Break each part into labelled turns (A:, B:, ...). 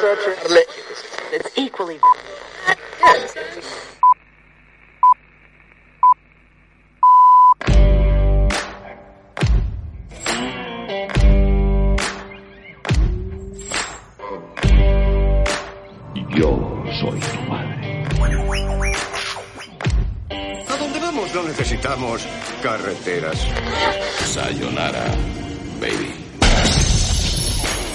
A: such relations is equally yes.
B: Yo soy tu madre.
C: A donde vamos no necesitamos carreteras.
B: Sayonara, baby.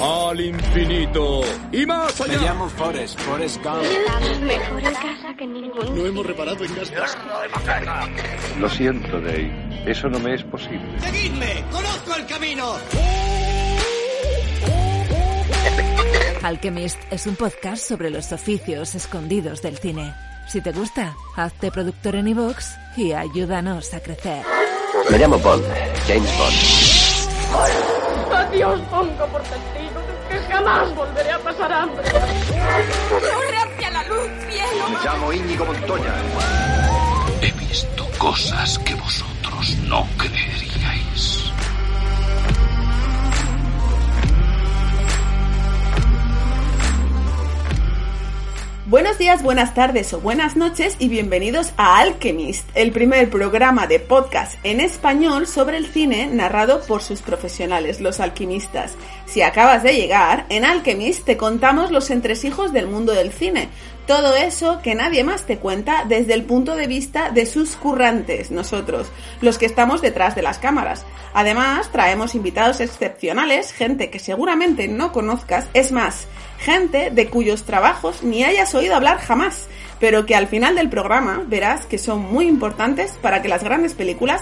D: Al infinito y más
E: Me llamo Forrest, Forrest Gump.
F: Mejor en casa que en ningún
G: No hemos reparado en gastos.
B: Lo siento, Dave. Eso no me es posible.
H: ¡Seguidme! ¡Conozco el camino!
I: Alchemist es un podcast sobre los oficios escondidos del cine. Si te gusta, hazte productor en iVoox y ayúdanos a crecer.
J: Me llamo Bond, James Bond.
K: Adiós, Pongo, por testigo de que jamás volveré a pasar hambre.
L: ¡Corre hacia la luz, cielo!
C: Me llamo Íñigo Montoya.
B: He visto cosas que vosotros no creeríais.
M: Buenos días, buenas tardes o buenas noches y bienvenidos a Alchemist, el primer programa de podcast en español sobre el cine narrado por sus profesionales, los alquimistas. Si acabas de llegar, en Alchemist te contamos los entresijos del mundo del cine, todo eso que nadie más te cuenta desde el punto de vista de sus currantes, nosotros, los que estamos detrás de las cámaras. Además, traemos invitados excepcionales, gente que seguramente no conozcas, es más, gente de cuyos trabajos ni hayas oído hablar jamás, pero que al final del programa verás que son muy importantes para que las grandes películas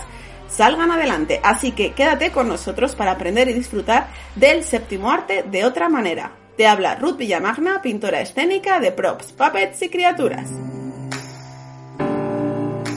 M: salgan adelante. Así que quédate con nosotros para aprender y disfrutar del séptimo arte de otra manera. Te habla Ruth Villamagna, pintora escénica de props, puppets y criaturas.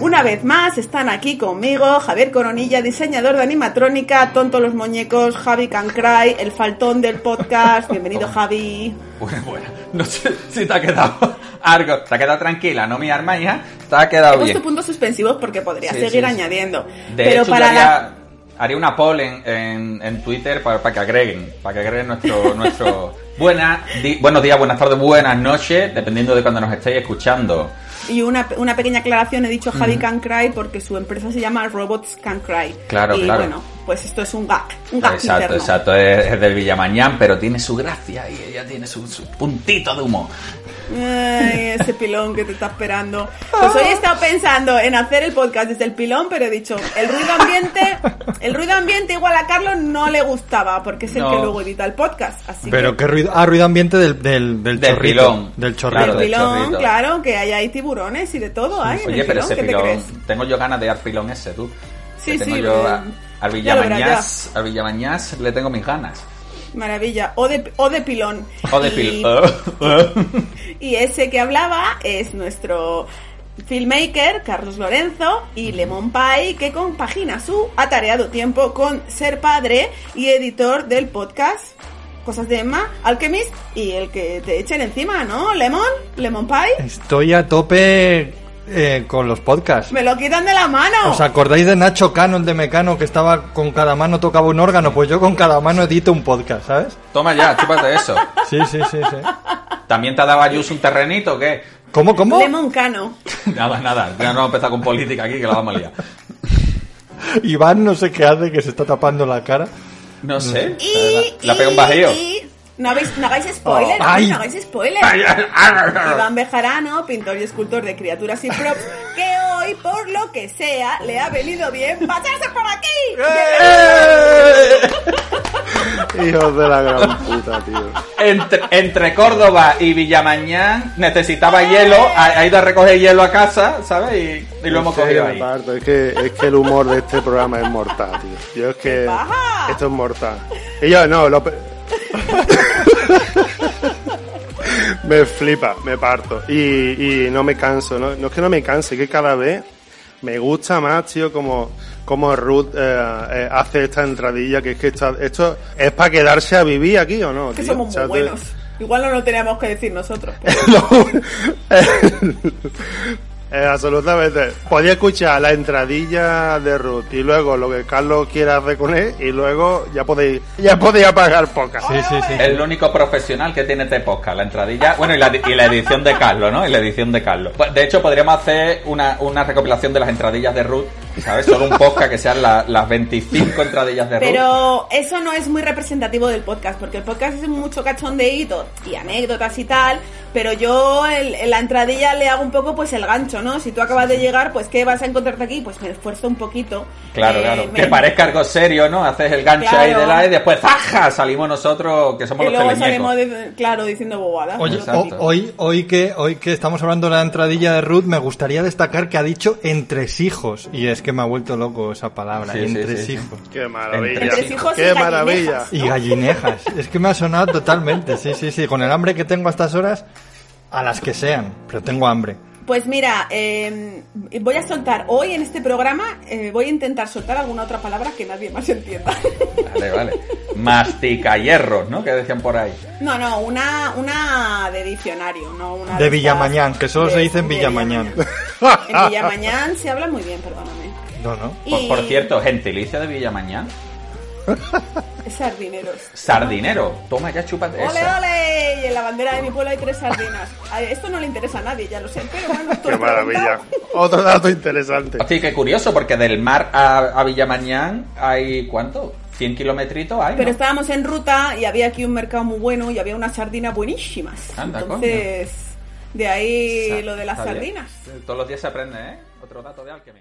M: Una vez más están aquí conmigo Javier Coronilla, diseñador de animatrónica, Tonto los Muñecos, Javi Cancray, el faltón del podcast. Bienvenido Javi.
N: Buena, buena. No sé si te ha quedado algo. Te ha quedado tranquila, no mi arma, hija. Te ha quedado
M: He puesto
N: bien.
M: puntos suspensivos este porque podría
N: Sí,
M: seguir
N: sí, sí.
M: añadiendo.
N: De
M: pero
N: hecho,
M: para
N: yo
M: la...
N: haría, haría una poll en, en- en Twitter para, para que agreguen. Para que agreguen nuestro. nuestro buena, di- buenos días, buenas tardes, buenas noches, dependiendo de cuando nos estéis escuchando.
M: Y una, una pequeña aclaración, he dicho Javi Can Cry porque su empresa se llama Robots Can Cry.
N: Claro,
M: y
N: claro.
M: bueno, pues esto es un gag, un gag
N: exacto,
M: interno.
N: exacto. Es, es del Villamañán, pero tiene su gracia y ella tiene su, su puntito de humo.
M: Ay, ese pilón que te está esperando. Pues
N: Ah.
M: hoy he estado pensando en hacer el podcast desde el pilón, pero he dicho, el ruido ambiente, el ruido ambiente igual a Carlos no le gustaba, porque es el
N: No.
M: que luego edita el podcast. Así
O: Pero
M: que
O: qué ruido, ah, ruido ambiente del, del, del,
N: Del
O: chorrito.
N: pilón.
O: Del chorrito.
N: Claro,
M: el
N: del
M: pilón,
N: chorrito.
M: claro, que hay, hay tiburones y de todo hay en
N: Oye,
M: el
N: pero
M: pilón,
N: ese
M: ¿qué te
N: pilón.
M: crees?
N: Tengo yo ganas de dar pilón ese, tú.
M: Sí,
N: Le tengo
M: sí,
N: yo
M: eh,
N: a- al
M: ya lo verás,
N: Villamañás, al Villamañás le tengo mis ganas.
M: Maravilla, o de, o de pilón.
N: O de
M: Y-
N: pilón.
M: Y ese que hablaba es nuestro filmmaker Carlos Lorenzo y Lemon Pie que compagina su atareado tiempo con ser padre y editor del podcast Cosas de Emma, Alchemist y el que te echen encima, ¿no? Lemon, Lemon Pie,
O: Estoy a tope eh, con los podcasts.
M: me lo quitan de la mano.
O: ¿Os acordáis de Nacho Cano, el de Mecano, que estaba con cada mano tocaba un órgano? Pues yo con cada mano edito un podcast, ¿sabes?
N: Toma ya, chúpate eso.
O: Sí, sí, sí, sí.
N: ¿También te ha dado Ayuso un terrenito o qué?
O: ¿Cómo, cómo?
M: Lemon Cano.
N: Nada, nada. Ya no empezar con política aquí, que la vamos a liar.
O: Iván no sé qué hace, que se está tapando la cara.
N: No sé.
M: Y,
N: La
M: y-
N: pega un bajío.
M: y- no, habéis, no hagáis spoiler,
O: Oh,
M: hombre,
O: ay.
M: no hagáis spoiler. Iván Bejarano, pintor y escultor de criaturas y props, que hoy, por lo que sea, le ha venido bien pasarse por aquí.
N: ¡Eh!
O: Hijos de la gran puta, tío.
N: Entre, entre Córdoba y Villamañán necesitaba hielo, ha, ha ido a recoger hielo a casa, ¿sabes? Y, y lo hemos
G: En serio,
N: cogido ahí.
G: Pardo, es, que, es que el humor de este programa es mortal, tío. Yo es que.
M: pasa?
G: Esto es mortal. Y yo, no, lo. pe- me flipa, me parto. Y, y no me canso, ¿no? No es que no me canse, que cada vez me gusta más, tío, como, como Ruth eh, eh, hace esta entradilla, que es que está- esto es para quedarse a vivir aquí o no,
M: Que
G: tío? O
M: somos muy
G: sea, te-
M: buenos. Igual no lo teníamos que decir nosotros.
G: Lo- Eh, absolutamente. Podía escuchar la entradilla de Ruth y luego lo que Carlos quiera hacer con él y luego ya podéis ya podéis apagar poca.
N: Sí, sí,
G: Eh,
N: sí. Es el único profesional que tiene este podcast, la entradilla, bueno, y la, y la edición de Carlos, ¿no? Y la edición de Carlos. De hecho, podríamos hacer una, una recopilación de las entradillas de Ruth, ¿sabes? Solo un podcast que sean la, las 25 entradillas de Ruth.
M: Pero eso no es muy representativo del podcast, porque el podcast es mucho cachondeíto y anécdotas y tal, pero yo el, en la entradilla le hago un poco pues el gancho, ¿no? Si tú acabas de llegar, pues ¿qué vas a encontrarte aquí? Pues me esfuerzo un poquito.
N: Claro,
M: eh,
N: claro.
M: me-
N: Que parezca algo serio, ¿no? Haces el gancho ahí
M: Claro.
N: de la E y después ¡zaja! Salimos nosotros, que somos
M: Y
N: los
M: luego
N: teleñecos.
M: salimos, de- claro, diciendo bobadas.
O: Oye,
M: Lo
O: o-
M: típico.
O: hoy, hoy, que, hoy que estamos hablando de la entradilla de Ruth, me gustaría destacar que ha dicho entresijos. Y es que me ha vuelto loco esa palabra,
G: Sí, sí,
O: entresijos.
G: sí. Qué maravilla.
M: Entresijos y
G: Qué
M: gallinejas.
G: maravilla.
O: Y gallinejas. Es que me ha sonado totalmente. Sí, sí, sí. Con el hambre que tengo a estas horas, a las que sean, pero tengo hambre.
M: Pues mira, eh, voy a soltar hoy en este programa, eh, voy a intentar soltar alguna otra palabra que nadie más entienda.
N: Vale, vale. Mastica hierros, ¿no? Que decían por ahí.
M: No, no, una, una de diccionario, no una
O: De
M: estas-
O: Villamañán, que solo
M: de-
O: se dice en
M: de
O: Villamañán.
M: En Villamañán se habla muy bien, perdóname.
O: No, no.
N: Por,
M: Y-
N: Pues, por cierto, gentilicia de Villamañán.
M: Sardineros.
N: Sardinero. Toma ya, chúpate
M: ¡Ole,
N: esa.
M: ole! Y en la bandera de mi pueblo hay tres sardinas. A- Esto no le interesa a nadie, ya lo sé, pero bueno, tú
G: Qué
M: lo has
G: maravilla.
M: preguntado.
G: Otro dato interesante.
N: Así que curioso, porque del mar a, a Villamañán hay, ¿cuánto? ¿100 kilometritos hay?
M: Pero
N: no?
M: estábamos en ruta y había aquí un mercado muy bueno y había unas sardinas buenísimas.
N: Anda,
M: Entonces, de ahí
N: Sa-
M: lo de las
N: está bien.
M: sardinas.
N: Todos los días se aprende, ¿eh? Otro dato de Alchemy.